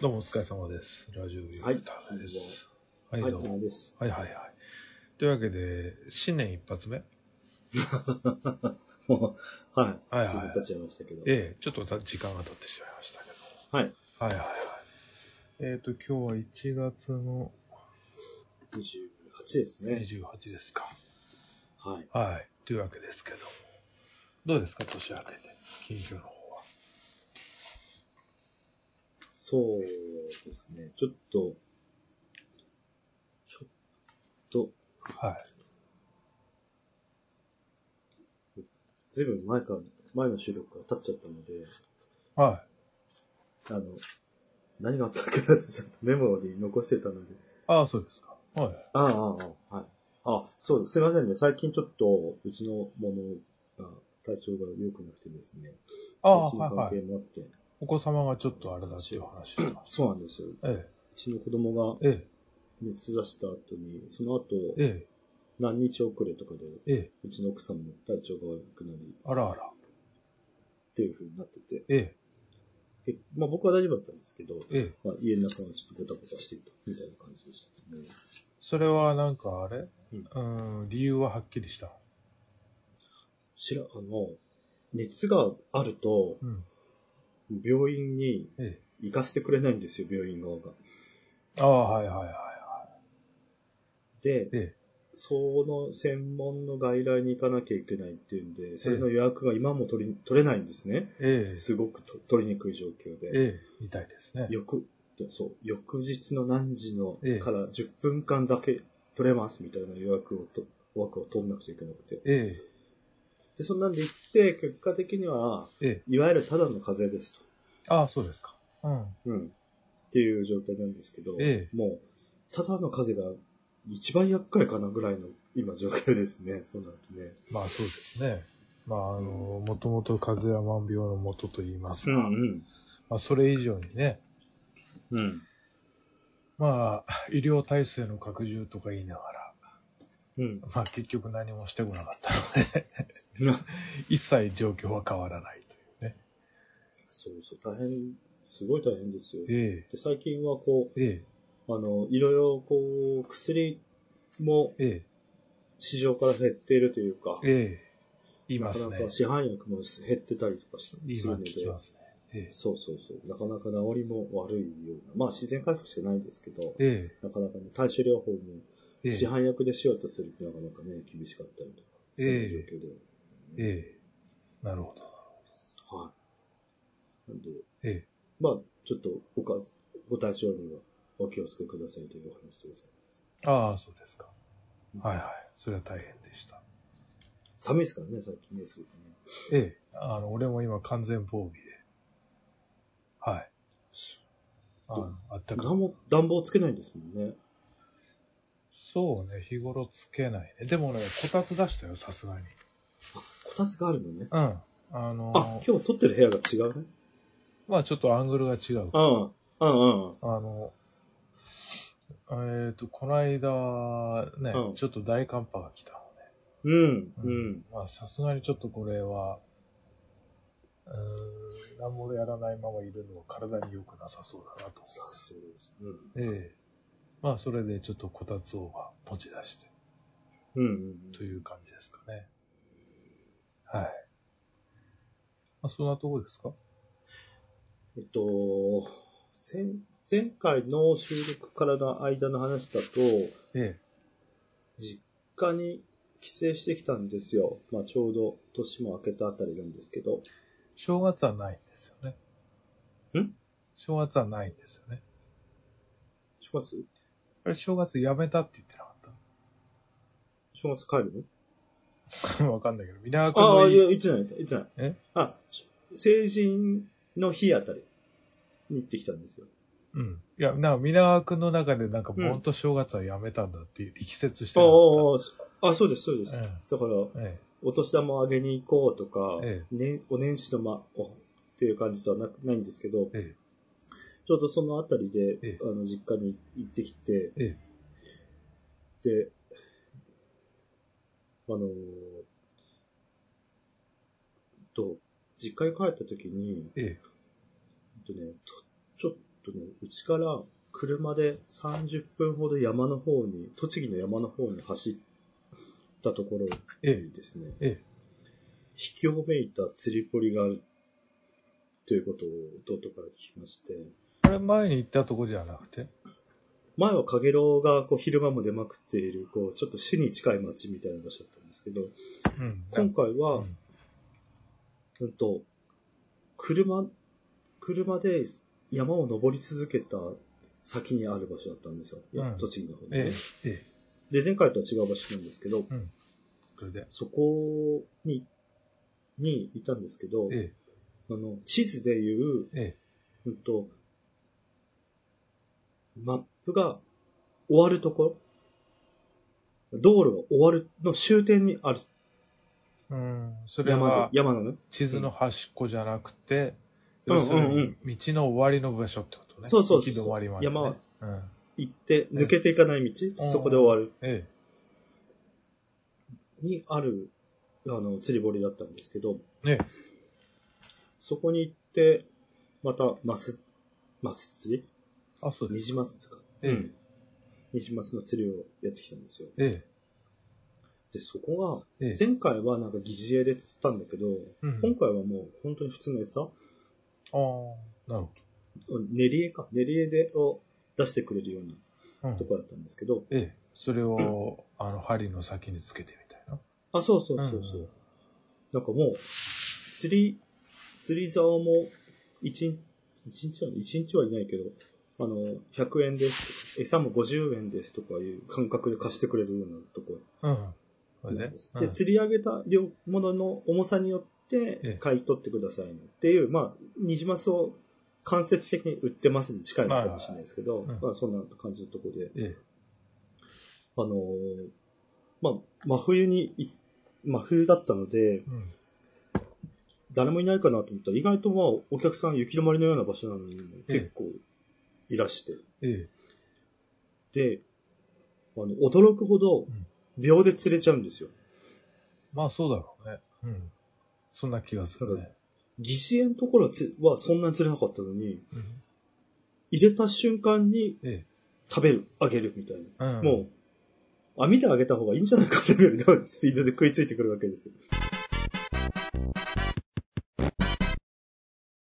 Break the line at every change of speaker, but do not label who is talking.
どうもお疲れ様です。ラジオユータです。はい、
はい、
どう
こ
も。
んです。
はいはいはい。というわけで、新年一発目
もう、はい。
はいはい
すぐ経っちゃいましたけど。
ええ、ちょっとた時間が経ってしまいましたけ
はい。
ど。はいはいはい。えっ、と、今日は1月の
28ですね。
28ですか。
はい。
はい。というわけですけども。どうですか、年明けて。近況の方は。
そうですね。ちょっと、ちょっと、
はい。
ずいぶん前から、前の収録から経っちゃったので、
はい。
あの、何があったっけなってちょっとメモに残してたので。
ああ、そうですか。はい。
ああ、ああ、はい。あ、そうです。すいませんね。最近ちょっと、うちのものが、体調が良くなくてですね。
ああ、
その
はい
関
は
係
い。
もあって。
お子様がちょっとあれだっていう話を。
そうなんですよ。う
え
ちの子供が
え、え
熱出した後に、その後、
え、え
何日遅れとかで、
え、ええ、
うちの奥さんも体調が悪くなり、
あらあら。
っていう風になってて、
ええ、
でまあ僕は大丈夫だったんですけど、
ええ。
まあ家の中はちょっとごたごたしてた、みたいな感じでした、ね。
それはなんかあれう、
うん
理由ははっきりしたの。
知ら、あの、熱があると、
うん。
病院に
え
行かせてくれないんですよ、病院側が。
え。ああ、はいはいはい。
で、
え
その専門の外来に行かなきゃいけないっていうんで、それの予約が今も取り、取れないんですね。
え、え
すごくと取りにくい状況で
え、。ええ、みたいですね。
翌、そう、翌日の何時の
ええ
から10分間だけ取れますみたいな予約をと、枠を取んなくちゃいけなくて。
え
で、そんなんで行って、結果的には、
え、ええ。
いわゆるただの風邪ですと。
ああ、そうですか。うん。
うん。っていう状態なんですけど、
え
もう、ただの風邪が一番厄介かなぐらいの今状況ですね。そうなるとね。
まあそうですね。まああの、もともと風邪は万病のもとと言いますが、
ん
まあそれ以上にね、
うん。うん。
まあ医療体制の拡充とか言いながら、
うん。
まあ結局何もしてこなかったので、
な
一切状況は変わらないというね。
そうそう、大変、すごい大変ですよ。で
え
最近はこ
え、え
う、あの、いろいろこう、薬も
え、え
市場から減っているというか
え、、ええ、言いま
な
す
か
ね
なか。市販薬も減ってたりとかする
今
の
聞
で、
きますね。え
そうそうそう、なかなか治りも悪いような、まあ自然回復しかないんですけど
え、、え
なかなかね、対処療法も
え、え
市販薬でしようとするとなかなかね、厳しかったりとか、
え
そういう状況で。
え、ええ、なるほど。
はい。なんで、
ええ、
まあ、ちょっとごかご対象にはお気をつけくださいというお話でございます。
ああ、そうですか。はいはい。それは大変でした。
寒いですからね、最近ね、すごくね。
ええ、あの、俺も今完全防備で。はい。あのあったか
暖
い。
房暖房つけないんですもんね。
そうね、日頃つけないね。でもね、こたつ出したよ、さすがに。
こたつがあるのね。
うん。あの
あ、
ー
今日撮ってる部屋が違うね。
まあちょっとアングルが違う。あ
うん、うん、うん。
の、えっ、と、この間、ね、
うん
ちょっと大寒波が来たので。
うん、うん。
まあ、さすがにちょっとこれは、うーん、何もやらないままいるのは体に良くなさそうだなと。
さすがです。うん。
ええまあ、それでちょっとこたつをまあ持ち出して
うん、うん。
という感じですかね。はい。まあ、そんなとこですか
えっと、前前回の収録からの間の話だと、
え
実家に帰省してきたんですよ。まあ、ちょうど年も明けたあたりなんですけど。
え。正月はないんですよね。
ん
正月はないんですよね。
正月
あれ、正月やめたって言ってなかっ
正月帰る
た わかんないけど、皆川
のああ、
君の
い
家
や、行ってない、行ってない。
え
あ、し成人の日あたりに行ってきたんですよ。
うん。いや、なんか、皆川君の中で、なんか、ぼんと正月はやめたんだって、力説して
あ
なかっ
あそあ、そうです、そうです。
うん
だから、
た。え
お年玉をあげに行こうとか、
え
ね、お年始の間をっていう感じではなくないんですけど、
ええ
ちょうどそのあたりで、
ええ
あの実家に行ってきて、
え
で、あのーと、実家に帰った時に、
ええ。
えっとね、ちょちょっとね、うちから車で30分ほど山の方に、栃木の山の方に走ったところ
ええ
にですね、
ええ
秘境めいた釣り堀があるということを弟から聞きまして、
あれ、前に行ったとこじゃなくて
前はかげろうがこう昼間も出まくっている、こうちょっと市に近い町みたいな場所だったんですけど、
うん。
今回は、
うん
うんと、車、車で山を登り続けた先にある場所だったんですよ。
うん
栃木の方で、
ええ、ええ。
で、前回とは違う場所なんですけど、
それで。
そこに、にいたんですけど、
え
あの、地図でいう、
え、え
うんと、マップが終わるところ、道路が終わるの終点にある
え。うん。それ
山
は
で、山なのよ
地図の端っこじゃなくて、
うん
要するに
うんうん
道の終わりの場所ってことね。
そうそうそう
行き止まりまで、ね。
山は
うん。
行って、抜けていかない道、そこで終わる。
え
にある、あの、釣り堀だったんですけど、
え。ええ。
そこに行って、また、マス、マス釣り
あ、そうで
ニ
す。
ジマスとか。
ええ
うん。ニジマスの釣りをやってきたんですよ。
え
で、そこ
え。え
が
え、。
前回はなんか疑似餌で釣ったんだけど、
うん
今回はもう本当に普通の餌
ああ、なるほ
練り餌か。練り餌でを出してくれるような
ど。うん
と。こだったんですけど、
ええ。それを、あの、針の先につけてみたいな。
あ、そうそうそうそう。
うん
なんかもう、釣り、釣り竿も、一日、一日は、一日はいないけど、あの、100円です、餌も50円ですとかいう感覚で貸してくれるようなとこ
うん。そ
ろ
れ
な
で
んです。。
う
で、
ん
釣り上げた量、ものの重さによっ
ええ
て、買い取ってくださいねっていう、まあ、ニジマスを間接的に売ってますに近いのかもしれないですけど、
はいはいはいうん
まあ、そんな感じのところで、
ええ。
あのーまあ、真冬にい、真冬だったので、
うん。
誰もいないかなと思ったら、意外とまあ、お客さん行き止まりのような場所なのに、
ええ
結構いらして。
ええ。
で、あの、驚くほど
ん、
秒で釣れちゃうんですよ。
まあ、そうだろうね。うん。そんな気がするね。
疑似餌のところはつはそんなに釣れなかったのに、
うん
入れた瞬間に
え
食べる、あげるみたい
え。う
な。
ん。
もう、網であげた方がいいんじゃないかレベルのスピードで食いついてくるわけですよ。